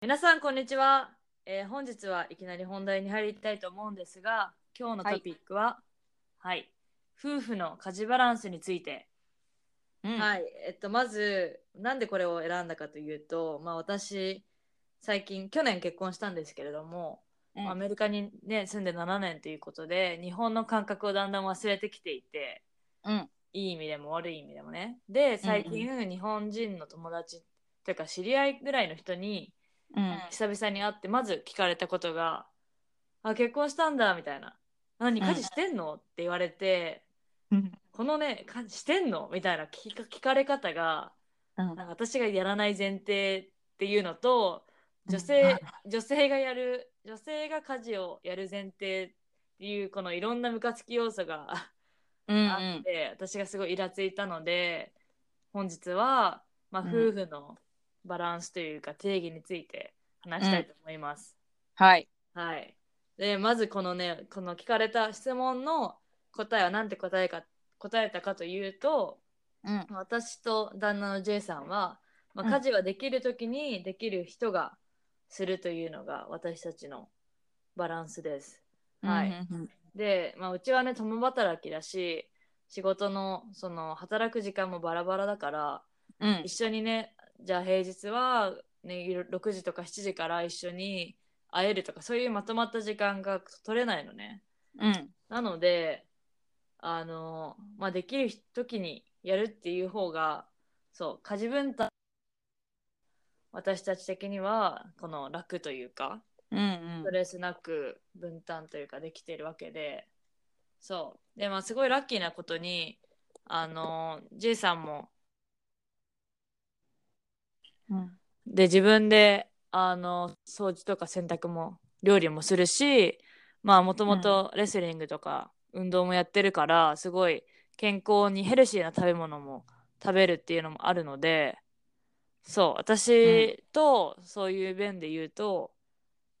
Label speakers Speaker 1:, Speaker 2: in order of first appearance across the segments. Speaker 1: 皆さん、こんにちは。えー本日はいきなり本題に入りたいと思うんですが、今日のトピックは、はい、夫婦の家事バランスについて。
Speaker 2: うん
Speaker 1: はい、えっと、まず、なんでこれを選んだかというと、まあ、私、最近、去年結婚したんですけれども、
Speaker 2: うん
Speaker 1: アメリカに、ね、住んで7年ということで、日本の感覚をだんだん忘れてきていて、
Speaker 2: うん
Speaker 1: いい意味でも悪い意味でもね。で、最近、日本人の友達というか、知り合いぐらいの人に、
Speaker 2: うん
Speaker 1: 久々に会って、まず聞かれたことが、あ、結婚したんだ、みたいな。何、家事してんの、って言われて、
Speaker 2: うん
Speaker 1: このね、家事してんのみたいな聞か聞かれ方が、
Speaker 2: うん
Speaker 1: なんか私がやらない前提っていうのと女
Speaker 2: うん
Speaker 1: 性女性がやる女性が家事をやる前提っていうこのいろんなムカつき要素が
Speaker 2: うんう
Speaker 1: あっ
Speaker 2: ん
Speaker 1: て、私がすごいイラついたので本日は、まあ、
Speaker 2: うん
Speaker 1: 夫婦のバランスというか定義について話したいと思います。
Speaker 2: はい。
Speaker 1: はい、でまずこのねこの聞かれた質問の答えは何て答えか答えたかというと
Speaker 2: うん
Speaker 1: 私と旦那の J さんは、ま
Speaker 2: う
Speaker 1: あ、
Speaker 2: ん
Speaker 1: 家事はできる時にできる人がするというのが私たちのバランスです。はい
Speaker 2: うん
Speaker 1: で、まあ、うちはね共働きだし仕事のその働く時間もバラバラだから
Speaker 2: うん
Speaker 1: 一緒にねじゃあ平日は、ね、いろ6時とか7時から一緒に会えるとかそういうまとまった時間が取れないのね。
Speaker 2: うん
Speaker 1: なので、あの、まあ、できる時にやるっていう方が、そう、家事分担、私たち的には、この楽というか、
Speaker 2: うん
Speaker 1: ストレスなく分担というかできてるわけで、そう。で、まあ、すごいラッキーなことに、あの、J さんも、
Speaker 2: うん
Speaker 1: で、自分で、あの、掃除とか洗濯も、料理もするし、まあ、もともとレスリングとか、運動もやってるから、すごい健康にヘルシーな食べ物も食べるっていうのもあるので、そう、私とそういう面で言うと、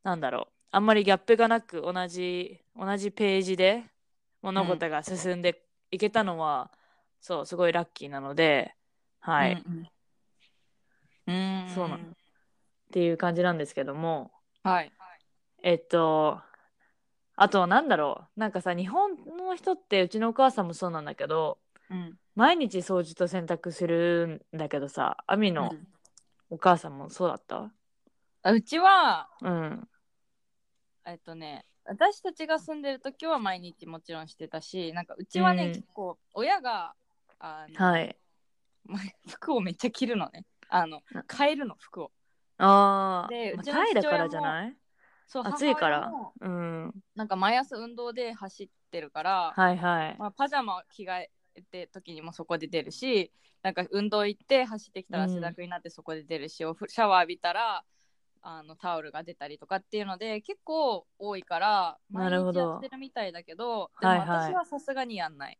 Speaker 1: なんだろう、あんまりギャップがなく、同じ、同じページで物事が進んでいけたのは、そう、すごいラッキーなので、はい。っ
Speaker 2: うんうん
Speaker 1: そうなのていう感じなんですけども、
Speaker 2: はい
Speaker 1: えっと、あとは何だろう。なんかさ、日本の人って、うちのお母さんもそうなんだけど、
Speaker 2: うん
Speaker 1: 毎日掃除と洗濯するんだけどさ、アミの
Speaker 2: うん
Speaker 1: お母さんもそうだった
Speaker 2: あうちは
Speaker 1: うん。
Speaker 2: えっとね私たちが住んでる時は毎日もちろんしてたしなんかうちはね、
Speaker 1: うん
Speaker 2: 結構親があの、
Speaker 1: はい。
Speaker 2: 服をめっちゃ着るのねあの変えるの服を
Speaker 1: ああ、
Speaker 2: でう
Speaker 1: まあ、
Speaker 2: ちの父
Speaker 1: タ
Speaker 2: 親
Speaker 1: イだからじゃない
Speaker 2: そう
Speaker 1: 暑いから
Speaker 2: 母親も
Speaker 1: うん。
Speaker 2: なんか毎朝運動で走ってるから、
Speaker 1: はいはい。
Speaker 2: まあ、パジャマ着替えて時にもそこで出るしなんか運動行って走ってきたら汗だくになってそこで出るし、おふシャワー浴びたらあのタオルが出たりとかっていうので結構多いから
Speaker 1: な
Speaker 2: 毎
Speaker 1: るほ
Speaker 2: 日
Speaker 1: ど
Speaker 2: やってるみたいだけど
Speaker 1: はい
Speaker 2: でも
Speaker 1: はい
Speaker 2: 私はさすがにやんない、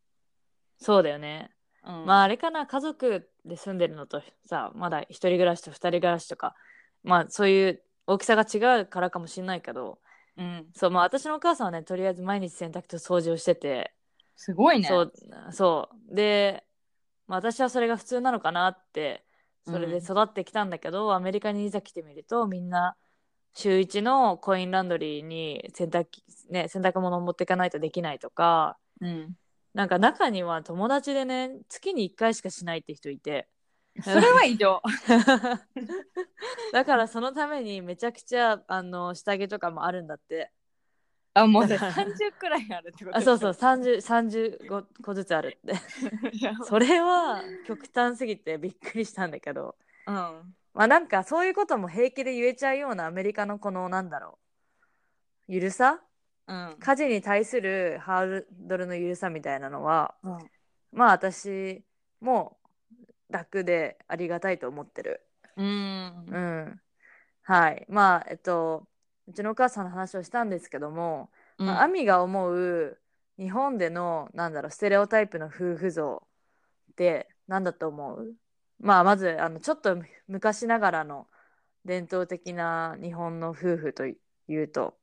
Speaker 1: そうだよね。
Speaker 2: うん
Speaker 1: まああれかな、家族で住んでるのとさ、まだ一人暮らしと二人暮らしとか、まあそういう大きさが違うからかもしれないけど、
Speaker 2: うん、
Speaker 1: そう、まあ私のお母さんはね、とりあえず毎日洗濯と掃除をしてて、
Speaker 2: すごいね
Speaker 1: そうそうで、まあ、私はそれが普通なのかなってそれで育ってきたんだけど、アメリカにいざ来てみるとみんな週一のコインランドリーに洗濯機、ね、洗濯物を持っていかないとできないとか
Speaker 2: うん、
Speaker 1: なんか中には友達でね月に1回しかしないって人いて
Speaker 2: それは異常
Speaker 1: だからそのためにめちゃくちゃあの下着とかもあるんだって
Speaker 2: あもう ね30くらいあるってこと
Speaker 1: あそうそう3035個ずつあるって
Speaker 2: やば
Speaker 1: それは極端すぎてびっくりしたんだけど
Speaker 2: うん
Speaker 1: まあなんかそういうことも平気で言えちゃうようなアメリカのこのなんだろうゆるさ
Speaker 2: うん
Speaker 1: 家事に対するハードルのゆるさみたいなのは
Speaker 2: うん
Speaker 1: まあ私も楽でありがたいと思ってる。
Speaker 2: うん
Speaker 1: うん、はい。まあ、えっと、うちのお母さんの話をしたんですけども、
Speaker 2: うん
Speaker 1: まあ、アミが思う日本での、なんだろう、ステレオタイプの夫婦像って何だと思うまあ、まず、あの、ちょっと昔ながらの伝統的な日本の夫婦というと、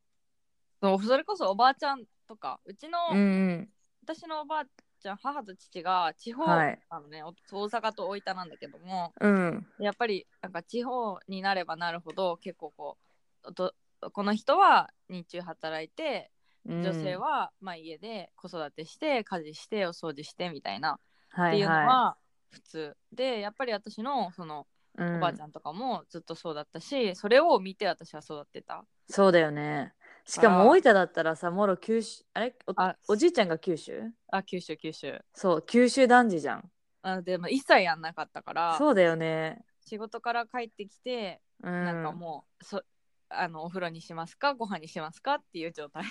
Speaker 2: そうそれこそおばあちゃんとかうちの、
Speaker 1: うんうん、
Speaker 2: 私のおばあちゃん母と父が地方
Speaker 1: はい
Speaker 2: なのね、お大阪と大分なんだけども
Speaker 1: うん、
Speaker 2: やっぱりなんか地方になればなるほど結構こうどこの人は日中働いて
Speaker 1: うん
Speaker 2: 女性、は、まあ、家で子育てして家事してお掃除してみたいな
Speaker 1: は
Speaker 2: っていうの
Speaker 1: は
Speaker 2: は普通でやっぱり私のその
Speaker 1: いうん
Speaker 2: おばあちゃんとかもずっとそうだったし、それを見て私は育ってた
Speaker 1: そうだよね。しか
Speaker 2: あー
Speaker 1: も大分だったらさ、もろ九州、あれお
Speaker 2: あ
Speaker 1: おじいちゃんが九州
Speaker 2: あ九州九州
Speaker 1: そう、九州男児じゃん。
Speaker 2: なので、まあ、一切やんなかったから
Speaker 1: そうだよね。
Speaker 2: 仕事から帰ってきて、
Speaker 1: うん。
Speaker 2: なんかもうそあのお風呂にしますかご飯にしますかっていう状態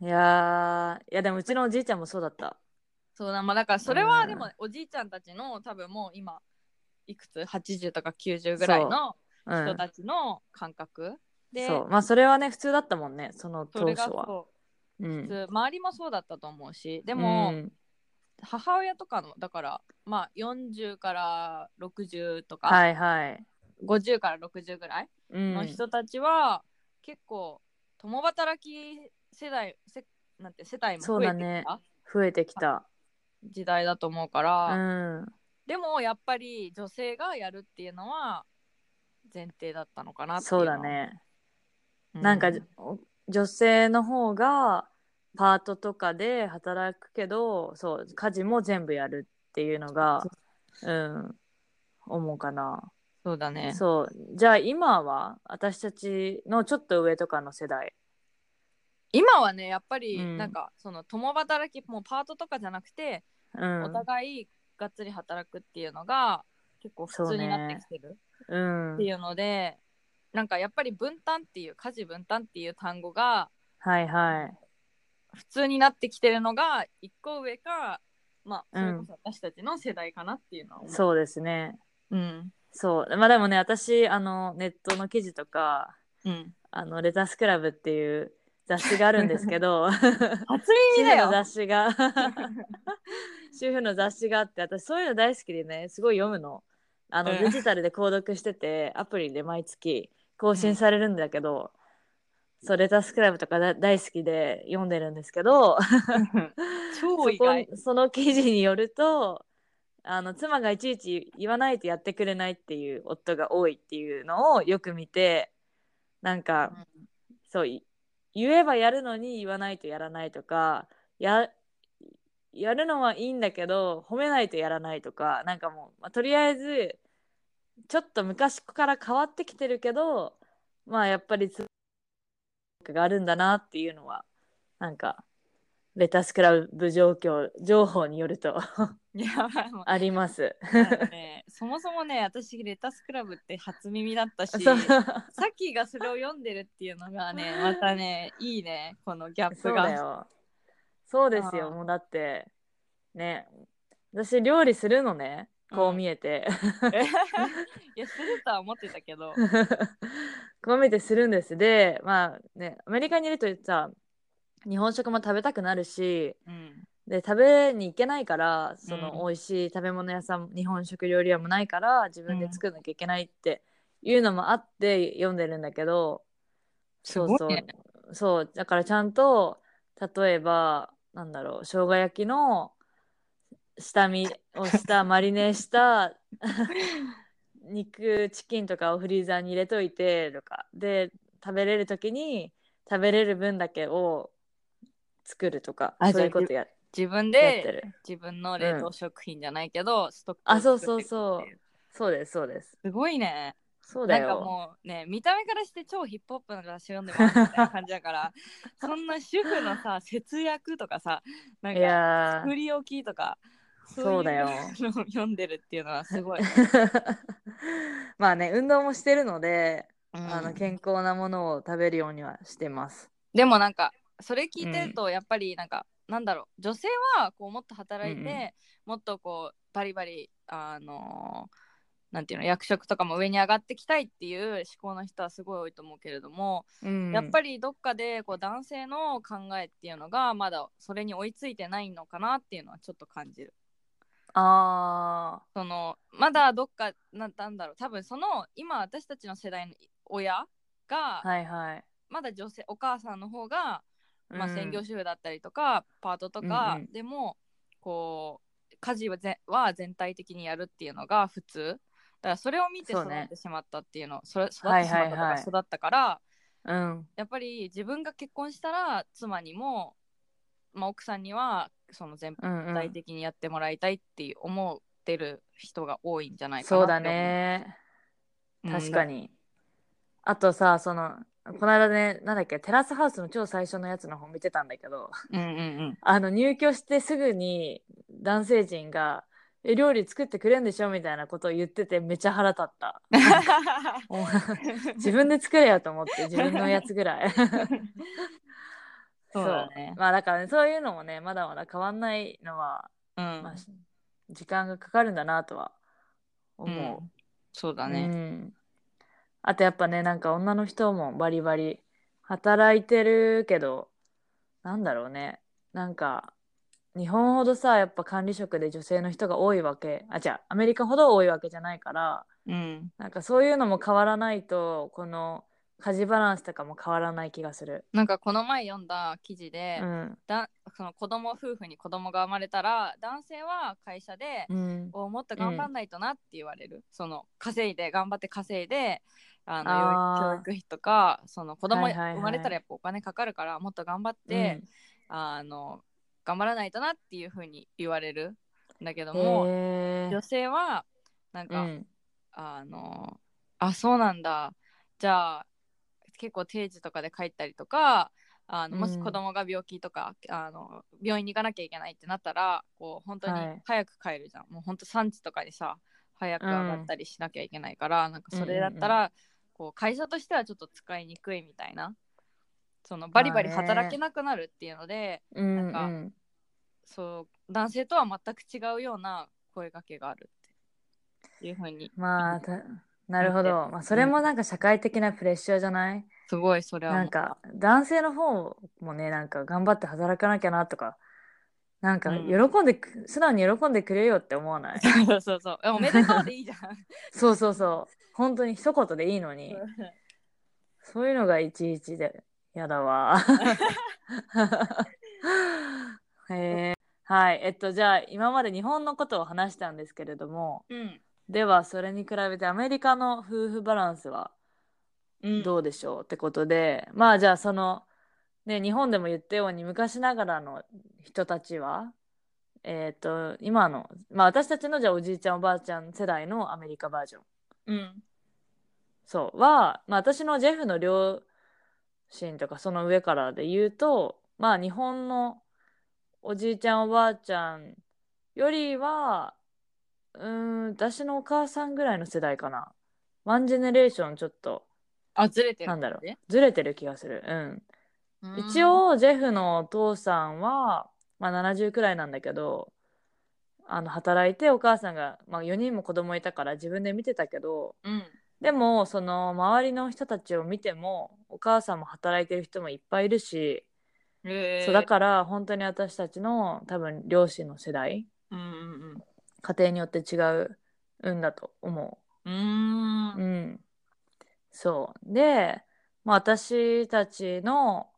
Speaker 1: いやーいやでもうちのおじいちゃんもそうだった。
Speaker 2: そうだ,、まあ、だからそれは
Speaker 1: うん
Speaker 2: でもおじいちゃんたちの多分もう今いくつ80とか90ぐらいの
Speaker 1: う
Speaker 2: 人
Speaker 1: ん。
Speaker 2: たちの感覚、で
Speaker 1: そう。まあそれはね、普通だったもんね、その
Speaker 2: そ
Speaker 1: 当
Speaker 2: れが
Speaker 1: 初は。
Speaker 2: そうう普
Speaker 1: ん。
Speaker 2: 通周りもそうだったと思うしでも、
Speaker 1: うん
Speaker 2: 母親とかのだからまあ40から60とか、
Speaker 1: はいはい。
Speaker 2: 50から60ぐらい
Speaker 1: うん
Speaker 2: の人たちは、結構共働き世代せなんて世代も
Speaker 1: そう
Speaker 2: 増え
Speaker 1: だ
Speaker 2: てき
Speaker 1: ね
Speaker 2: た
Speaker 1: 増えてきた。
Speaker 2: 時代だと思うか
Speaker 1: う
Speaker 2: ら、
Speaker 1: ん。
Speaker 2: でもやっぱり女性がやるっていうのは前提だったのかなってい
Speaker 1: そうう
Speaker 2: のは
Speaker 1: だ、ね。
Speaker 2: う
Speaker 1: なんか、お女性の方がパートとかで働くけどそう家事も全部やるっていうのがうん思うかな、
Speaker 2: そうだね
Speaker 1: そうじゃあ今は私たちのちょっと上とかの世代
Speaker 2: 今はねやっぱり
Speaker 1: うん
Speaker 2: なんか、その共働きもうパートとかじゃなくて、
Speaker 1: うん
Speaker 2: お互いがっつり働くっていうのが結構普通になってきてる。
Speaker 1: うん
Speaker 2: っていうので、なんかやっぱり分担っていう家事分担っていう単語が
Speaker 1: はいはい
Speaker 2: 普通になってきてるのが一個上かまあ
Speaker 1: う
Speaker 2: そ
Speaker 1: ん
Speaker 2: れこそ私たちの世代かなっていうのは思う。
Speaker 1: そうですね
Speaker 2: うん
Speaker 1: そうまあでもね私あのネットの記事とか
Speaker 2: うん、
Speaker 1: あのレタスクラブっていう雑誌があるんですけ ど
Speaker 2: 初
Speaker 1: 主
Speaker 2: 耳
Speaker 1: 婦
Speaker 2: だよ
Speaker 1: の雑誌 が 主婦の雑誌があって私そういうの大好きでねすごい読むのあの、
Speaker 2: うん
Speaker 1: デジタルで購読しててアプリで毎月更新されるんだけど、そうレタスクラブとかだ大好きで読んでるんですけど
Speaker 2: 超
Speaker 1: そ
Speaker 2: 意
Speaker 1: こ
Speaker 2: 外。
Speaker 1: その記事によるとあの妻がいちいち言わないとやってくれないっていう夫が多いっていうのをよく見てなんか、そうい言えばやるのに言わないとやらないとかややるのはいいんだけど褒めないとやらないとかなんかもう、まあとりあえずちょっと昔から変わってきてるけどまあやっぱりつがあるんだなっていうのはなんかレタスクラブ状況情報によると
Speaker 2: いやまあもう
Speaker 1: あります。
Speaker 2: あのねそもそもね私レタスクラブって初耳だったし
Speaker 1: そう
Speaker 2: さっきがそれを読んでるっていうのが ねまたねいいねこのギャッ
Speaker 1: そ
Speaker 2: プ
Speaker 1: うだ
Speaker 2: が。
Speaker 1: よ。そうですよ。
Speaker 2: うん
Speaker 1: もうだって、ね、私料理するのね、こう見え て。
Speaker 2: いやするとは思ってたけど。
Speaker 1: こう見えてするんです。で、まあね、アメリカにいるとさ、日本食も食べたくなるし、
Speaker 2: うん
Speaker 1: で食べに行けないからその
Speaker 2: う
Speaker 1: 美味しい食べ物屋さん、日本食料理屋もないから自分で作らなきゃいけないっていうのもあって読んでるんだけど、
Speaker 2: すごい
Speaker 1: そう
Speaker 2: ね
Speaker 1: そうそうだからちゃんと例えばなんだろう生姜焼きの下見をしたマリネした肉チキンとかをフリーザーに入れといてとかで食べれる時に食べれる分だけを作るとか
Speaker 2: あ
Speaker 1: そういうことや
Speaker 2: 自分
Speaker 1: やって
Speaker 2: で
Speaker 1: る。
Speaker 2: 自分の冷凍食品じゃないけど、ストックを
Speaker 1: あそう
Speaker 2: 作っていくってい
Speaker 1: そうそうですそうです。
Speaker 2: すごいね
Speaker 1: そうだ
Speaker 2: なん
Speaker 1: よ。
Speaker 2: かもうね見た目からして超ヒップホップの雑誌読んでますみたいな感じだから そんな主婦のさ節約とかさなん
Speaker 1: い
Speaker 2: か
Speaker 1: や
Speaker 2: 作り置きとか
Speaker 1: そう
Speaker 2: い
Speaker 1: だよ
Speaker 2: のを読んでるっていうのはす ごい、
Speaker 1: ー まあね運動もしてるので、
Speaker 2: うん
Speaker 1: あの健康なものを食べるようにはしてます。
Speaker 2: でもなんかそれ聞いてるとやっぱりなんか、なんだろう女性はこうもっと働いて、
Speaker 1: うんう
Speaker 2: もっとこうバリバリあのなんていうの役職とかも上に上がってきたいっていう思考の人はすごい多いと思うけれども、
Speaker 1: うん、
Speaker 2: やっぱりどっかでこう男性の考えっていうのがまだそれに追いついてないのかなっていうのはちょっと感じる。
Speaker 1: あ
Speaker 2: そのまだどっかななんだろう多分その今私たちの世代の親が、
Speaker 1: あはいはい、
Speaker 2: まだ女性お母さんの方が、まあ、
Speaker 1: うん
Speaker 2: 専業主婦だったりとか、パートとか
Speaker 1: うんうん
Speaker 2: でも、こう家事はぜは全体的にやるっていうのが普通だからそれを見て
Speaker 1: そ
Speaker 2: 育
Speaker 1: うね
Speaker 2: ってしまったっていうのそれ育っ
Speaker 1: は
Speaker 2: て
Speaker 1: い
Speaker 2: しま
Speaker 1: は
Speaker 2: った
Speaker 1: い
Speaker 2: と
Speaker 1: は
Speaker 2: か
Speaker 1: い
Speaker 2: 育ったから、
Speaker 1: うん
Speaker 2: やっぱり自分が結婚したら妻にも、まあ、奥さんにはその全
Speaker 1: うんう
Speaker 2: 体
Speaker 1: ん、
Speaker 2: 的にやってもらいたいって思ってる人が多いんじゃないかなっ
Speaker 1: そう
Speaker 2: て
Speaker 1: だ
Speaker 2: 思
Speaker 1: ね
Speaker 2: うん
Speaker 1: 確かに、あとさそのこの間ねなんだっけテラスハウスの超最初のやつの本見てたんだけど
Speaker 2: うんうんうん
Speaker 1: あの入居してすぐに男性陣が「え料理作ってくれんでしょ?」みたいなことを言っててめちゃ腹立った。お前 自分で作れよと思って自分のやつぐらい
Speaker 2: そうだ ね
Speaker 1: まあだからね、そういうのもねまだまだ変わんないのは、
Speaker 2: うん、
Speaker 1: まあ、時間がかかるんだなとは思う、
Speaker 2: うんそうだ
Speaker 1: う
Speaker 2: ね、
Speaker 1: んあとやっぱねなんか女の人もバリバリ働いてるけどなんだろうねなんか日本ほどさやっぱ管理職で女性の人が多いわけあじゃあアメリカほど多いわけじゃないから
Speaker 2: うん、
Speaker 1: なんかそういうのも変わらないとこの家事バランスとかも変わらない気がする。
Speaker 2: なんかこの前読んだ記事で、
Speaker 1: うん
Speaker 2: だその子供夫婦に子供が生まれたら男性は会社で、
Speaker 1: うん、
Speaker 2: おもっと頑張んないとなって言われる、その稼いで頑張って稼いであの
Speaker 1: あ
Speaker 2: 教
Speaker 1: ー
Speaker 2: 育教育費とかその子供
Speaker 1: はいはいはい
Speaker 2: 生まれたらやっぱお金かかるからもっと頑張って、あの頑張らないとなっていうふうに言われるんだけど
Speaker 1: うん、
Speaker 2: も、
Speaker 1: へー
Speaker 2: 女性はなん
Speaker 1: う
Speaker 2: か、
Speaker 1: ん、
Speaker 2: あのあそうなんだじゃあ結構定時とかで帰ったりとかあのもし
Speaker 1: うん
Speaker 2: 子供が病気とか、あの病院に行かなきゃいけないってなったらこう本当に
Speaker 1: はい
Speaker 2: 早く帰るじゃん、もう本当3時とかにさ早く上がったりしなきゃいけないから、なんかそれだったら、こう会社としてはちょっと使いにくいみたいなそのバリバリ
Speaker 1: まあね
Speaker 2: 働けなくなるっていうので、
Speaker 1: うん
Speaker 2: なんか
Speaker 1: うん
Speaker 2: そう男性とは全く違うような声掛けがあるっていうふうに
Speaker 1: まあたなるほど、まあ、それ
Speaker 2: う
Speaker 1: もなんか社会的なプレッシャーじゃない、
Speaker 2: すごいそれは
Speaker 1: な
Speaker 2: 思
Speaker 1: ん
Speaker 2: う
Speaker 1: か男性の方もねなんか頑張って働かなきゃなとかなんか
Speaker 2: うん
Speaker 1: 喜んでく、素直に喜んでくれよって思 わない
Speaker 2: そうそうそう。えおめでとうでいいじゃん。
Speaker 1: そうそうそう本当に一言でいいのにそういうのがいちいちでや だわへえはいえっとじゃあ今まで日本のことを話したんですけれども
Speaker 2: うん。
Speaker 1: ではそれに比べてアメリカの夫婦バランスは
Speaker 2: うん、
Speaker 1: どうでしょうってことで、まあじゃあその、ね、日本でも言ったように昔ながらの人たちは、えっと今の、まあ、私たちのじゃあおじいちゃんおばあちゃん世代のアメリカバージョン
Speaker 2: うん。
Speaker 1: そうは、まあ、私のジェフの両親とかその上からで言うと、まあ、日本のおじいちゃんおばあちゃんよりはうーん私のお母さんぐらいの世代かなワンジェネレーションちょっと
Speaker 2: あ、ずれてる。
Speaker 1: なんだろうずれてる気がするうん
Speaker 2: うん
Speaker 1: 一、応ジェフのお父さんは、まあ、70くらいなんだけどあの働いてお母さんが、まあ、4人も子供いたから自分で見てたけど
Speaker 2: うん。
Speaker 1: でもその周りの人たちを見てもお母さんも働いてる人もいっぱいいるし、
Speaker 2: えー、
Speaker 1: そうだから本当に私たちの多分両親の世代
Speaker 2: ら。うんうん
Speaker 1: 家庭によって違うんだと思
Speaker 2: うん。う
Speaker 1: う。
Speaker 2: ー。
Speaker 1: うんん、そうで、まあ、私たちの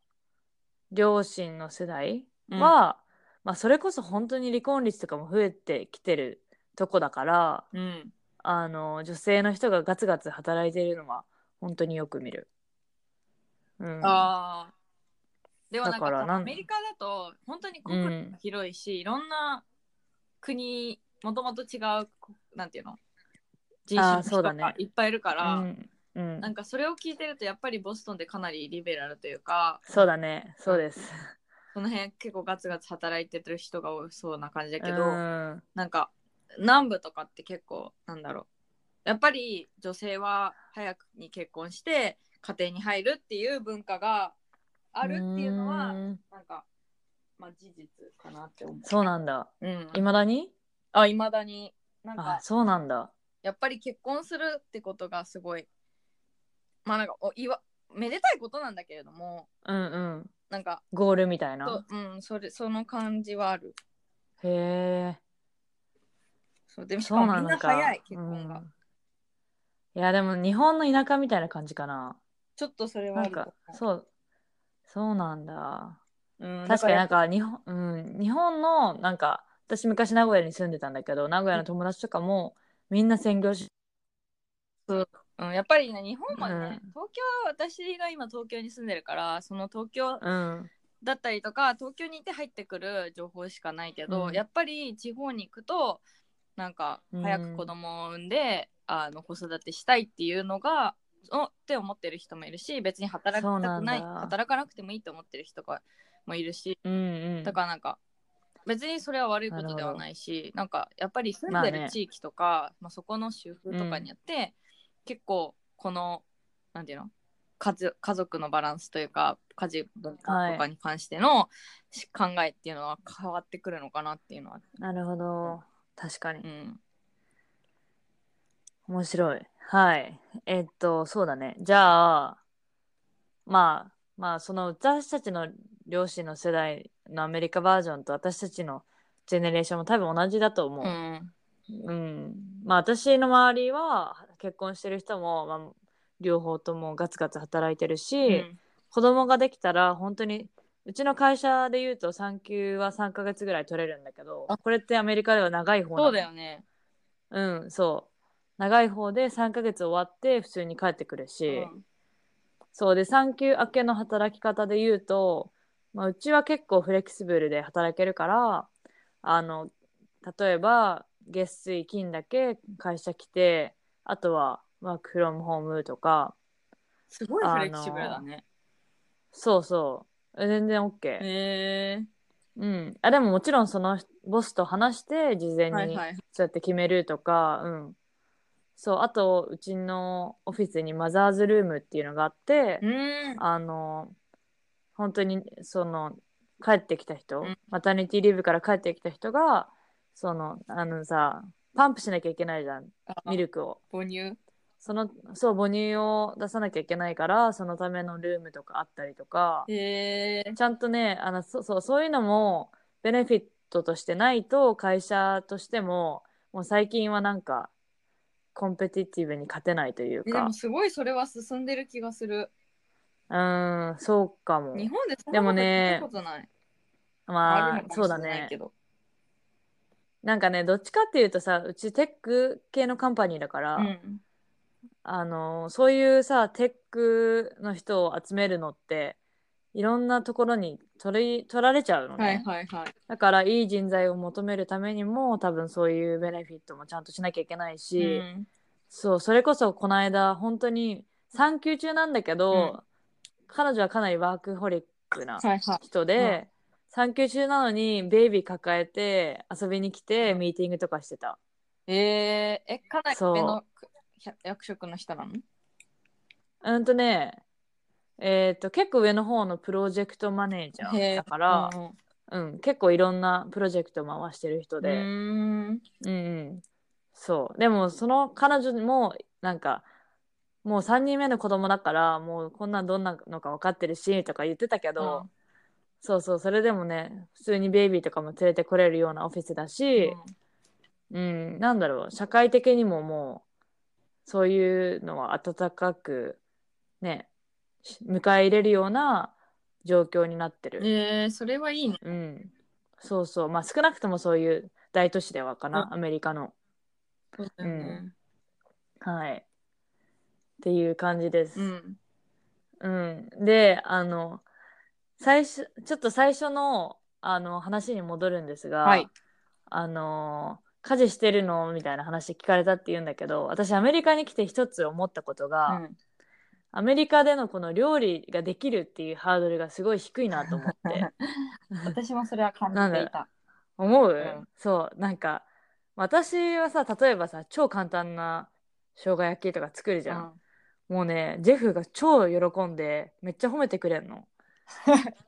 Speaker 1: 両親の世代は、まあ、それこそ本当に離婚率とかも増えてきてるとこだから
Speaker 2: うん。
Speaker 1: あの女性の人がガツガツ働いてるのは本当によく見る。うん、
Speaker 2: ああ。でもなんか
Speaker 1: だから
Speaker 2: その
Speaker 1: なん
Speaker 2: アメリカだと本当に国土が広いし、いろんな国もともと違うこなんていうの人種
Speaker 1: あ
Speaker 2: の
Speaker 1: ー
Speaker 2: 人
Speaker 1: そうだね
Speaker 2: がいっぱいいるから、
Speaker 1: うんうん
Speaker 2: なんかそれを聞いてるとやっぱりボストンでかなりリベラルというか
Speaker 1: そうだねそうです。
Speaker 2: その辺結構ガツガツ働いてる人が多そうな感じだけど、
Speaker 1: うん
Speaker 2: なんか南部とかって結構なんだろうやっぱり女性は早くに結婚して家庭に入るっていう文化があるっていうのは
Speaker 1: ん
Speaker 2: なんか、まあ、事実かなって思う。
Speaker 1: そうなんだ
Speaker 2: うん、
Speaker 1: いまだに
Speaker 2: あいまだになん
Speaker 1: あ
Speaker 2: か
Speaker 1: そうなんだ
Speaker 2: やっぱり結婚するってことがすごいまあなんかおいわめでたいことなんだけれども
Speaker 1: うんうん
Speaker 2: なんか
Speaker 1: ゴールみた
Speaker 2: そ
Speaker 1: いな
Speaker 2: うん、それその感じはある
Speaker 1: へえ
Speaker 2: そうでもしか
Speaker 1: そう
Speaker 2: も
Speaker 1: な
Speaker 2: みんな
Speaker 1: のか
Speaker 2: 早い結婚が、
Speaker 1: うんいやでも日本の田舎みたいな感じかな
Speaker 2: ちょっとそれはあ
Speaker 1: なん
Speaker 2: ると思
Speaker 1: かそうそうなんだ
Speaker 2: う、うん、
Speaker 1: 確かに
Speaker 2: だ
Speaker 1: なんか日本,、うん、日本のなんか私昔名古屋に住んでたんだけど名古屋の友達とかもみんな専業主
Speaker 2: らうん、やっぱりね日本もね、
Speaker 1: うん
Speaker 2: 東京は私が今東京に住んでるからその東京
Speaker 1: うん
Speaker 2: だったりとか東京にいて入ってくる情報しかないけど、
Speaker 1: うん
Speaker 2: やっぱり地方に行くとなんか
Speaker 1: うん
Speaker 2: 早く子供を産んで、あの子育てしたいっていうのがおって思ってる人もいるし別に働き
Speaker 1: そう
Speaker 2: た
Speaker 1: な
Speaker 2: く
Speaker 1: ん
Speaker 2: な
Speaker 1: だ
Speaker 2: い働かなくてもいいと思ってる人がもいるし
Speaker 1: うんうん
Speaker 2: だからなんか別にそれは悪いことではないしなんかやっぱり住んで
Speaker 1: まあ
Speaker 2: る
Speaker 1: ね
Speaker 2: 地域とか、まあそこの主婦とかによって、結構このなんていうの家族家族のバランスというか家事文化とかに関してのし考えっていうのは変わってくるのかなっていうのは、
Speaker 1: なるほど確かに
Speaker 2: うん、
Speaker 1: 面白いはいえっとそうだねじゃあまあまあその私たちの両親の世代のアメリカバージョンと私たちのジェネレーションも多分同じだと思う、
Speaker 2: うん
Speaker 1: うん、まあ私の周りは結婚してる人も、まあ、両方ともガツガツ働いてるし、
Speaker 2: うん
Speaker 1: 子供ができたら本当にうちの会社で言うと産休は3ヶ月ぐらい取れるんだけど
Speaker 2: あ
Speaker 1: これってアメリカでは長い方なの
Speaker 2: そうだよね、
Speaker 1: うんそう長い方で3ヶ月終わって普通に帰ってくるし、
Speaker 2: うん
Speaker 1: そうで産休明けの働き方で言うと、まあ、うちは結構フレキシブルで働けるからあの例えば月水金だけ会社来てあとはワークフロムホームとか
Speaker 2: すごいフレキシブルだね
Speaker 1: そうそう全然 OK、
Speaker 2: へえ
Speaker 1: うん、あでももちろんそのボスと話して事前
Speaker 2: ー、はい
Speaker 1: に
Speaker 2: はい
Speaker 1: そうやって決めるとか、うんそうあとうちのオフィスにマザーズルームっていうのがあって、
Speaker 2: うん
Speaker 1: あの本当にその帰ってきた人、
Speaker 2: うん
Speaker 1: マタニティリーブから帰ってきた人がそのあのさパンプしなきゃいけないじゃん
Speaker 2: あ
Speaker 1: ミルクを
Speaker 2: 母乳
Speaker 1: そのそう母乳を出さなきゃいけないからそのためのルームとかあったりとか
Speaker 2: へえ
Speaker 1: ちゃんとねあのそそうそういうのもベネフィットとしてないと会社としてももう最近はなんかコンペティティブに勝てないという
Speaker 2: えで
Speaker 1: か
Speaker 2: もすごいそれは進んでる気がする
Speaker 1: うーんそうかも
Speaker 2: 日本でそん
Speaker 1: で
Speaker 2: なこ
Speaker 1: も
Speaker 2: と
Speaker 1: ね
Speaker 2: 聞いたことない、
Speaker 1: ま
Speaker 2: あ
Speaker 1: あ
Speaker 2: るのか
Speaker 1: そ
Speaker 2: も
Speaker 1: うだ
Speaker 2: しれない
Speaker 1: ね
Speaker 2: けど
Speaker 1: なんかねどっちかっていうとさうちテック系のカンパニーだから、
Speaker 2: うん
Speaker 1: あのそういうさテックの人を集めるのっていろんなところに取り取られちゃうのね、
Speaker 2: はいはいはい。
Speaker 1: だからいい人材を求めるためにも多分そういうベネフィットもちゃんとしなきゃいけないし、
Speaker 2: うん
Speaker 1: そうそれこそこの間本当に産休中なんだけど、彼女はかなりワークホリックな
Speaker 2: はいはい。
Speaker 1: 人で、産休中なのにベイビー抱えて遊びに来て
Speaker 2: うん
Speaker 1: ミーティングとかしてた。
Speaker 2: えー、え、かなり
Speaker 1: そう
Speaker 2: 上のく百役職の人なの
Speaker 1: うんとね、えっ、と、結構上の方のプロジェクトマネージャ
Speaker 2: へ
Speaker 1: ー
Speaker 2: ー
Speaker 1: だから、
Speaker 2: うんうん
Speaker 1: うん、結構いろんなプロジェクト回してる人
Speaker 2: う
Speaker 1: で、
Speaker 2: ーん。
Speaker 1: うん、うん、そう。でも、その彼女も、なんか、もう3人目の子供だから、もうこんなんどんなのか分かってるし、とか言ってたけど、
Speaker 2: うん
Speaker 1: そうそう、それでもね、普通にベイビーとかも連れてこれるようなオフィスだし、うん、なんだろう、社会的にももう、そういうのは温かく、ね、し迎え入れるような状況になってる。
Speaker 2: えー、それはいいね。
Speaker 1: うん。そうそう。まあ少なくともそういう大都市ではかな、アメリカの。
Speaker 2: そうだよね。
Speaker 1: はい。っていう感じです。
Speaker 2: うん。
Speaker 1: うん、で、あの、最初、ちょっと最初の、あの話に戻るんですが、
Speaker 2: はい
Speaker 1: あのー家事してるのみたいな話聞かれたって言うんだけど私アメリカに来て一つ思ったことが、
Speaker 2: うん
Speaker 1: アメリカでのこの料理ができるっていうハードルがすごい低いなと思って
Speaker 2: 私もそれは感じていた。
Speaker 1: 思う、
Speaker 2: ん
Speaker 1: そうなんか私はさ例えばさ超簡単な生姜焼きとか作るじゃん、もうねジェフが超喜んでめっちゃ褒めてくれん の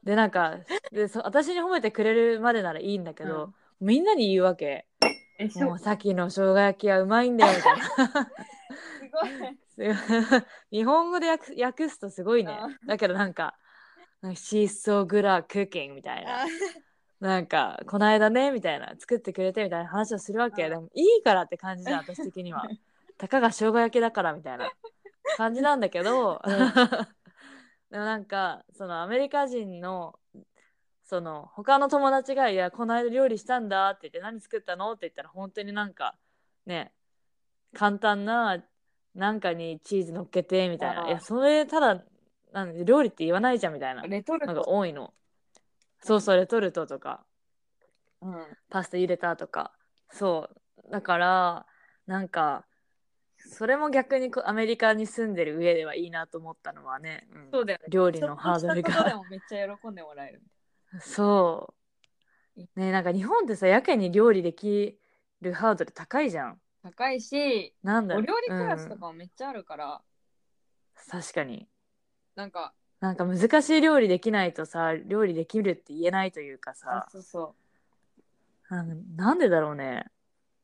Speaker 1: でなんかでそ私に褒めてくれるまでならいいんだけど、みんなに言うわけ
Speaker 2: えしょ
Speaker 1: もうさっきの生姜焼きはうまいんだよみたいな
Speaker 2: すごい
Speaker 1: すごい 日本語で訳す訳すとすごいね
Speaker 2: あ
Speaker 1: だけどなんか「シーソーグラクッキング」みたいな
Speaker 2: あ
Speaker 1: なんか「この間ね」みたいな「作ってくれて」みたいな話をするわけ
Speaker 2: あ
Speaker 1: でもいいからって感じじゃん私的には たかが生姜焼きだからみたいな感じなんだけど、
Speaker 2: うん
Speaker 1: でもなんかそのアメリカ人のその他の友達が「いやこの間料理したんだ」って言って「何作ったの?」って言ったら本当になんかね簡単ななんかにチーズ乗っけてみたい
Speaker 2: あ
Speaker 1: な
Speaker 2: ー
Speaker 1: 「いやそれただなんで料理って言わないじゃん」みたいな
Speaker 2: レ トル
Speaker 1: の
Speaker 2: ト
Speaker 1: が多いの。そうそうレトルトとか
Speaker 2: うん
Speaker 1: パスタ茹でたとかそうだからなんかそれも逆にこアメリカに住んでる上ではいいなと思ったのはね、うん
Speaker 2: そうだよね
Speaker 1: 料理のハードル
Speaker 2: ちょっとしたことで
Speaker 1: が
Speaker 2: もめっちゃ喜んでもらえる
Speaker 1: そうねなんか日本ってさやけに料理できるハードル高いじゃん
Speaker 2: 高いし
Speaker 1: なんだ
Speaker 2: お
Speaker 1: ろう
Speaker 2: 料理クラスと
Speaker 1: うん
Speaker 2: かもめっちゃあるから、
Speaker 1: 確かに
Speaker 2: なんか
Speaker 1: なんか難しい料理できないとさ料理できるって言えないというか
Speaker 2: そう
Speaker 1: さ
Speaker 2: そうそ
Speaker 1: なんなんでだろうね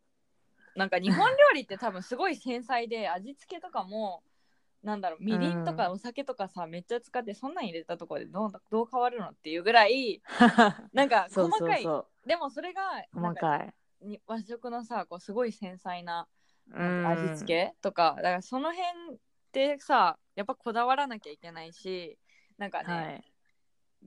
Speaker 2: うなんか日本料理って多分すごい繊細で 味付けとかもなんだろうみりんと
Speaker 1: う
Speaker 2: かお酒とかさ、めっちゃ使ってそんなん入れたところでどうどう変わるのっていうぐらいなんか
Speaker 1: そ
Speaker 2: 細
Speaker 1: うそう
Speaker 2: かい
Speaker 1: そう
Speaker 2: でもそれがな
Speaker 1: 細
Speaker 2: んか
Speaker 1: かい
Speaker 2: に和食のさこうすごい繊細な
Speaker 1: うん
Speaker 2: 味付けとか、だからその辺ってさやっぱこだわらなきゃいけないしなんかね、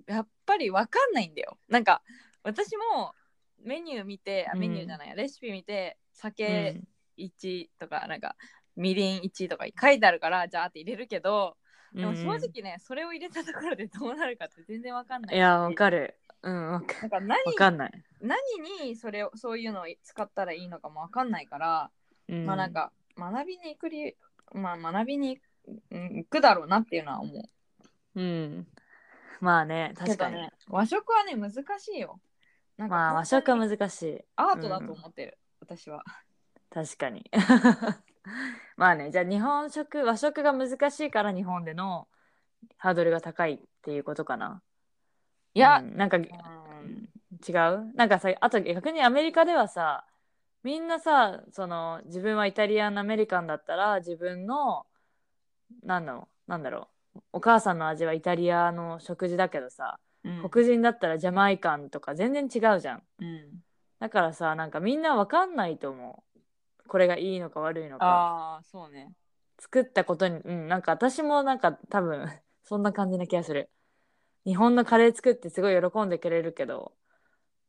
Speaker 1: はい
Speaker 2: やっぱりわかんないんだよなんか私もメニュー見てあメニューじゃない、レシピ見て
Speaker 1: う
Speaker 2: 酒
Speaker 1: ん
Speaker 2: 1とか、なんかみりん1とか書いてあるからじゃあって入れるけどでも正
Speaker 1: うん
Speaker 2: 直ね、それを入れたところでどうなるかって全然わかんない
Speaker 1: いやわかるうんわか
Speaker 2: なんか何
Speaker 1: わかんない、
Speaker 2: 何にそれをそういうのを使ったらいいのかもわかんないから、
Speaker 1: うん、
Speaker 2: まあなんか学びに行く理由まあ学びにうん行くだろうなっていうのは思う
Speaker 1: うんまあね
Speaker 2: け
Speaker 1: 確
Speaker 2: ど
Speaker 1: かに、
Speaker 2: ね和食はね難しいよなんか
Speaker 1: まあ和食は難しい
Speaker 2: アートだと思ってる、私は。
Speaker 1: 確かに まあねじゃあ日本食和食が難しいから日本でのハードルが高いっていうことかない
Speaker 2: や、
Speaker 1: うんなんか、
Speaker 2: うん
Speaker 1: 違うなんかさあと逆にアメリカではさみんなさその自分はイタリアンアメリカンだったら自分のなんだろうなんだろうお母さんの味はイタリアの食事だけどさ
Speaker 2: うん
Speaker 1: 黒人だったらジャマイカンとか全然違うじゃん
Speaker 2: うん
Speaker 1: だからさなんかみんなわかんないと思うこれがいいのか悪いのか
Speaker 2: ああ、そうね。
Speaker 1: 作ったことにうんなんか私もなんか多分 そんな感じな気がする日本のカレー作ってすごい喜んでくれるけど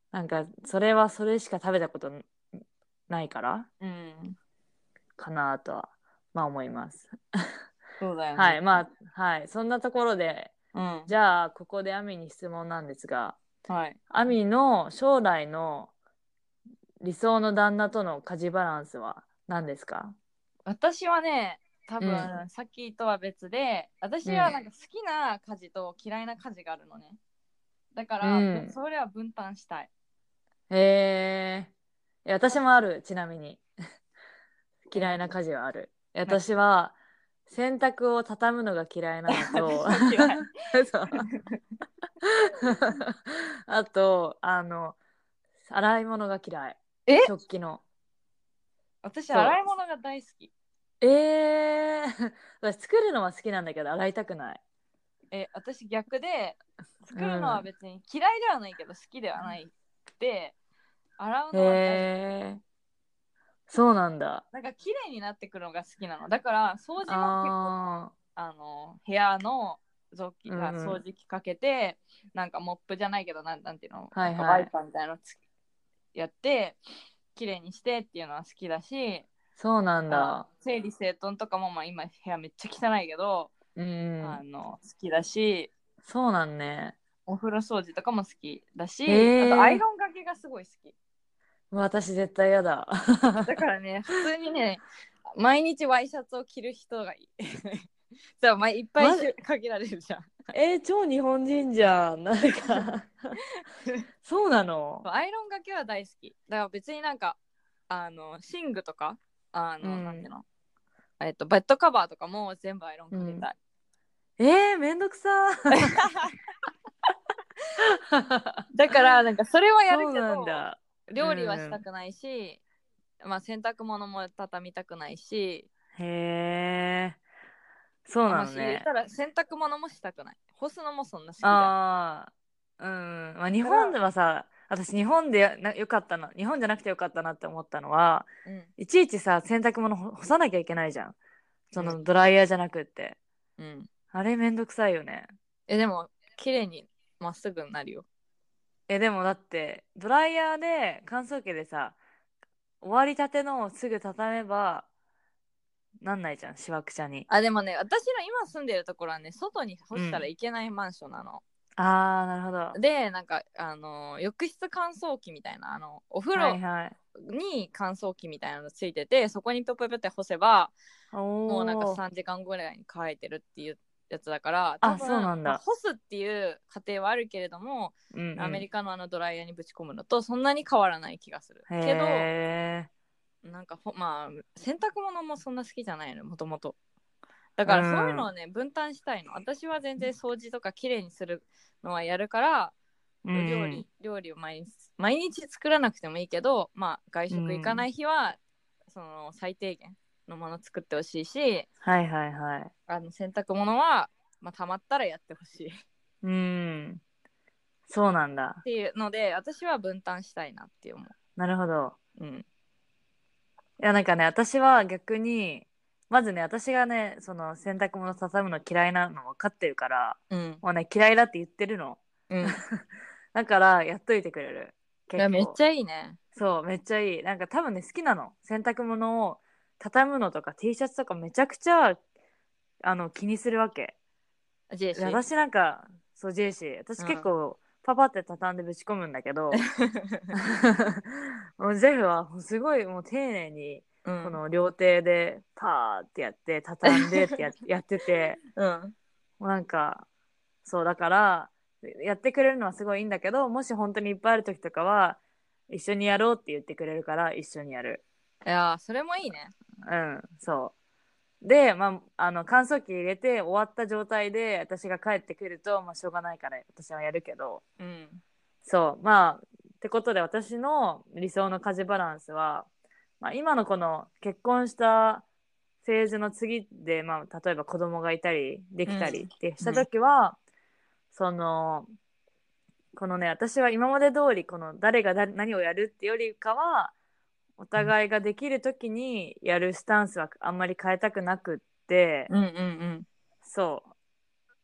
Speaker 1: なんかそれはそれしか食べたことないから
Speaker 2: うん。
Speaker 1: かなとはまあ思います、
Speaker 2: そうだよね。
Speaker 1: はいまあはいそんなところで
Speaker 2: あ、うん。
Speaker 1: じゃあここでアミに質問なんですが
Speaker 2: はい。
Speaker 1: アミの将来の理想の旦那との家事バランスは何ですか
Speaker 2: 私はね、多分、
Speaker 1: う
Speaker 2: さっきとは別で、私はなんか好きな家事と嫌いな家事があるのね。だから、
Speaker 1: うん
Speaker 2: それは分担したい。
Speaker 1: へえ。いや私もある、ちなみに。 嫌いな家事はある。い
Speaker 2: は
Speaker 1: や
Speaker 2: い
Speaker 1: 私は、洗濯を畳むのが嫌いなのと
Speaker 2: 私も嫌い、
Speaker 1: そうあと、あの、洗い物が嫌い。
Speaker 2: え
Speaker 1: 食器の。
Speaker 2: 私、
Speaker 1: そう
Speaker 2: 洗い物が大好き。
Speaker 1: ええ。 私、作るのは好きなんだけど、洗いたくない。
Speaker 2: え、私逆で、作るのは別に嫌いではないけど、好きではないで、洗うのは大好き。
Speaker 1: へえ。そうなんだ。
Speaker 2: なんか綺麗になってくるのが好きなの。だから、掃除も結構
Speaker 1: あ
Speaker 2: あの部屋の雑巾
Speaker 1: うんうん
Speaker 2: あ掃除機かけて、なんかモップじゃないけどなんなんていうの、
Speaker 1: はいはい
Speaker 2: なんかワイパーみたいなのつやって綺麗にしてっていうのは好きだし
Speaker 1: ーそうなんだ。
Speaker 2: 整理整頓とかも、まあ、今部屋めっちゃ汚いけど、
Speaker 1: うん
Speaker 2: あ。の好きだし
Speaker 1: そうなんね。
Speaker 2: お風呂掃除とかも好きだし、
Speaker 1: へー
Speaker 2: あとアイロンがけがすごい好 き
Speaker 1: 私絶対嫌だ。
Speaker 2: だからね普通にね毎日ワイシャツを着る人がいい じゃあまあいっぱい
Speaker 1: マジ
Speaker 2: かけられるじゃん
Speaker 1: えー超日本人じゃん。 なんかそう なの。
Speaker 2: アイロンがけは大好きだから別になんかあの寝具とかあの、
Speaker 1: うん
Speaker 2: なんていうのえっとベッドカバーとかも全部アイロンかけたい、
Speaker 1: えー、めんどく さ。
Speaker 2: だからなんかそれはやる
Speaker 1: そう
Speaker 2: け
Speaker 1: なん
Speaker 2: ど
Speaker 1: だ。
Speaker 2: 料理はしたくないし、まあ、洗濯物も畳みたくないし、
Speaker 1: へえ。そう
Speaker 2: ま
Speaker 1: な
Speaker 2: あ
Speaker 1: の
Speaker 2: 言っ
Speaker 1: ね
Speaker 2: た。ら洗濯物もしたくない干すのもそんな好きじゃない
Speaker 1: ああ。うん。まあ日本ではさ、私日本でなよかったな、日本じゃなくてよかったなって思ったのは、いちいちさ、洗濯物ほ干さなきゃいけないじゃん。そのドライヤーじゃなくって。
Speaker 2: うん、うん、
Speaker 1: あれめんどくさいよね。
Speaker 2: えでも綺麗にまっすぐになるよ
Speaker 1: えでもだってドライヤーで乾燥機でさ終わりたてのをすぐ畳めばなんないじゃんしわくちゃに
Speaker 2: あでもね私ら今住んでるところはね外に干したらいけないマンションなの、
Speaker 1: あーなるほどは
Speaker 2: でなんかあの浴室乾燥機みたいなあのお風
Speaker 1: い
Speaker 2: 呂
Speaker 1: はい
Speaker 2: に乾燥機みたいなのついてて、そこにプぷぷって干せば
Speaker 1: お
Speaker 2: もうなんか
Speaker 1: お
Speaker 2: 3時間ぐらいに乾いてるっていうやつだから
Speaker 1: あ
Speaker 2: 多分
Speaker 1: そうなんだ
Speaker 2: まあ干すっていう過程はあるけれども、
Speaker 1: うんうん
Speaker 2: アメリカのあのドライヤーにぶち込むのとそんなに変わらない気がするけど
Speaker 1: へ
Speaker 2: なんかほまあ洗濯物もそんな好きじゃないのもともとだからそういうのをね、分担したいの私は全然掃除とかきれいにするのはやるから、
Speaker 1: え、うん
Speaker 2: 料理料理を毎日毎日作らなくてもいいけどまあ外食行かない日は、その最低限のもの作ってほしいし
Speaker 1: はいはいはい
Speaker 2: あの洗濯物は、まあ、たまったらやってほしい っ
Speaker 1: うんそうなんだ
Speaker 2: ていうので私は分担したいなって思
Speaker 1: なるほど
Speaker 2: う、うん、
Speaker 1: いやなんかね私は逆にまずね私がねその洗濯物畳むの嫌いなの分かってるから
Speaker 2: うん
Speaker 1: もうね嫌いだって言ってるの
Speaker 2: うん
Speaker 1: だからやっといてくれる
Speaker 2: い
Speaker 1: 結
Speaker 2: や
Speaker 1: 構
Speaker 2: めっちゃいいね
Speaker 1: そうめっちゃいいなんか多分ね好きなの洗濯物を畳むのとか T シャツとかめちゃくちゃあの気にするわけ
Speaker 2: ジェイシ
Speaker 1: で
Speaker 2: ー
Speaker 1: 私なんかそうジェイシー私結構パパって畳んでぶち込むんだ けど、もうジェフはすごいもう丁寧に
Speaker 2: うん
Speaker 1: この両手でパーってやって畳んでっ てややってて
Speaker 2: うん
Speaker 1: もうなんかそうだからやってくれるのはすごいいいんだけどもし本当にいっぱいある時とかは一緒にやろうって言ってくれるから一緒にやる
Speaker 2: いやーそれもいいね
Speaker 1: うんそうで、まあ、あの乾燥機入れて終わった状態で私が帰ってくると、まあ、しょうがないから私はやるけど
Speaker 2: うん
Speaker 1: そうまあってことで私の理想の家事バランスは、まあ、今のこの結婚したフェーズの次で、まあ、例えば子供がいたりできた
Speaker 2: う
Speaker 1: り
Speaker 2: ん
Speaker 1: ってした時は、そのこのね私は今まで通りこの誰がだ何をやるってよりかはお互いができる時にやるスタンスはあんまり変えたくなくって。
Speaker 2: うんうん
Speaker 1: そ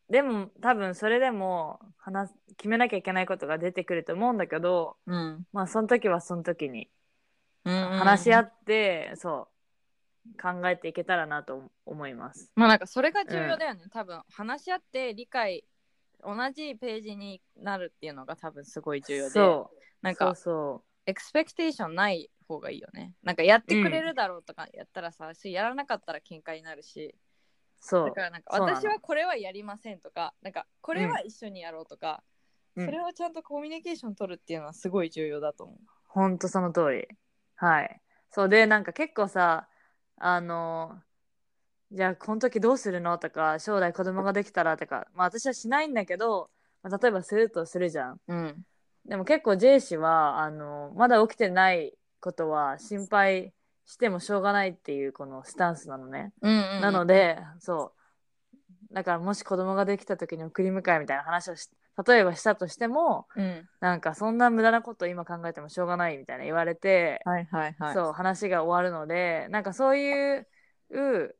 Speaker 1: う。でも多分それでも話す決めなきゃいけないことが出てくると思うんだけど
Speaker 2: うんうん
Speaker 1: まあその時はその時に
Speaker 2: うんうん
Speaker 1: 話し合って、そう考えていけたらなと思います。
Speaker 2: まあなんかそれが重要だよね、多分話し合って理解同じページになるっていうのが多分すごい重要で
Speaker 1: そう
Speaker 2: なんか
Speaker 1: そう
Speaker 2: エクスペクテーションない方がいいよねなんかやってくれるだろうとかやったらさ、しやらなかったら喧嘩になるしだ
Speaker 1: そうそう
Speaker 2: からなんか
Speaker 1: そうなの
Speaker 2: 私はこれはやりませんとかなんかこれは一緒にやろうとか、
Speaker 1: うん
Speaker 2: それはちゃんとコミュニケーション取るっていうのはすごい重要だと思う
Speaker 1: ほんとその通り。はい。そうでなんか結構さあのじゃあこの時どうするのとか将来子供ができたらとかまあ私はしないんだけど、まあ、例えばするとするじゃん。
Speaker 2: うん
Speaker 1: でも結構ジェイ氏はあのまだ起きてないことは心配してもしょうがないっていうこのスタンスなのね。
Speaker 2: うんうん
Speaker 1: なのでそうだからもし子供ができた時に送り迎えみたいな話をし例えばしたとしても
Speaker 2: うん
Speaker 1: なんかそんな無駄なこと今考えてもしょうがないみたいな言われて、
Speaker 2: はいはいはい
Speaker 1: そう話が終わるのでなんかそういうう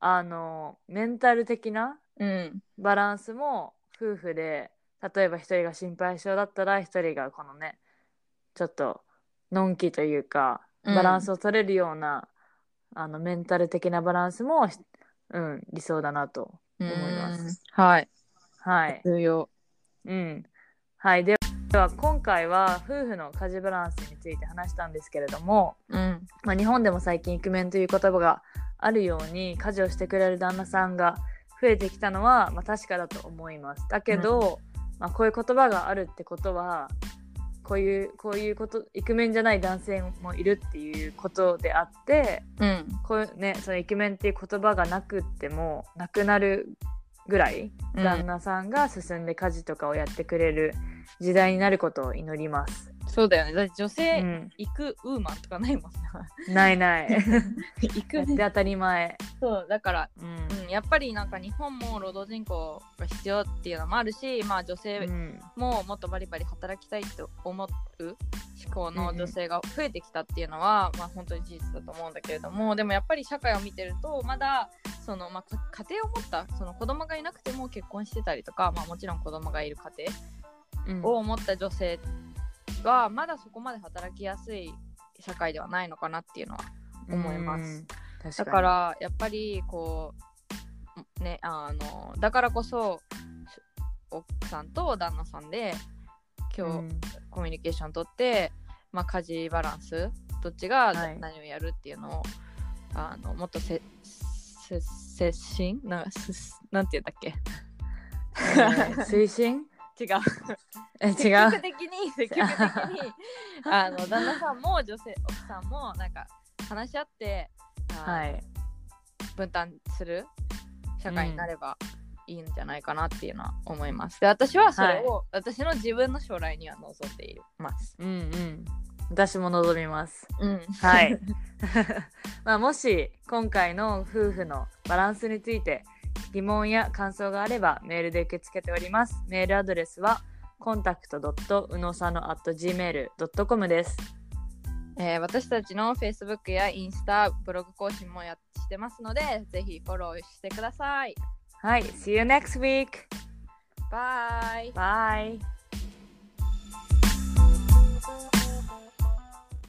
Speaker 1: あのメンタル的な
Speaker 2: うん
Speaker 1: バランスも夫婦で例えば一人が心配性だったら一人がこのねちょっとのんきというか
Speaker 2: うん
Speaker 1: バランスを取れるような、あのメンタル的なバランスも、ひうん、理想だなと思います
Speaker 2: うんはい
Speaker 1: はい、
Speaker 2: 重要
Speaker 1: うんはい、ででは今回は夫婦の家事バランスについて話したんですけれども、
Speaker 2: うん
Speaker 1: まあ、日本でも最近イクメンという言葉があるように家事をしてくれる旦那さんが増えてきたのは、まあ、確かだと思います。だけど、まあ、こういう言葉があるってことはこういうこういうことイクメンじゃない男性もいるっていうことであって
Speaker 2: うん
Speaker 1: こういう、ね、そのイクメンっていう言葉がなくってもなくなるぐらい、
Speaker 2: うん
Speaker 1: 旦那さんが進んで家事とかをやってくれる時代になることを祈ります。
Speaker 2: そうだよねだって女
Speaker 1: う
Speaker 2: 性
Speaker 1: ん、
Speaker 2: 行くウーマンとかない もんな
Speaker 1: ないない。
Speaker 2: 行
Speaker 1: や
Speaker 2: く
Speaker 1: って当たり前。
Speaker 2: そうだから
Speaker 1: うん
Speaker 2: うん、やっぱりなんか日本も労働人口が必要っていうのもあるし、まあ、女性
Speaker 1: うん
Speaker 2: ももっとバリバリ働きたいと思う思考の女性が増えてきたっていうのは、まあ、本当に事実だと思うんだけれどもでもやっぱり社会を見てるとまだその、まあ、か家庭を持ったその子供がいなくても結婚してたりとか、まあ、もちろん子供がいる家庭を持った女性はまだそこまで働きやすい社会ではないのかなっていうのは思います。
Speaker 1: うん確
Speaker 2: だからやっぱりこうねあのだからこそし奥さんと旦那さんで今日、コミュニケーション取って、まあ、家事バランスどっちが
Speaker 1: はい
Speaker 2: 何をやるっていうのを、あのもっとせせ接心なんかすなんて言ったっ
Speaker 1: うん推進
Speaker 2: け違う
Speaker 1: え違
Speaker 2: 積
Speaker 1: う
Speaker 2: 極。的に積極的に あの旦那さんも女性奥さんもなんか話し合って、あの
Speaker 1: はい。
Speaker 2: 分担する社会になればいいんじゃないかなっていうのは思います。で私はそれを、私の自分の将来には望んでいます。
Speaker 1: うんうん。私も望みます。
Speaker 2: うん、
Speaker 1: はい。まあもし今回の夫婦のバランスについて疑問や感想があればメールで受け付けております。メールアドレスは contact. うのさの at gmail.com です。
Speaker 2: えー私たちの Facebook やインスタブログ更新もやっしてますのでぜひフォローしてください。
Speaker 1: はい。See you next week!
Speaker 2: バイ。
Speaker 1: Bye!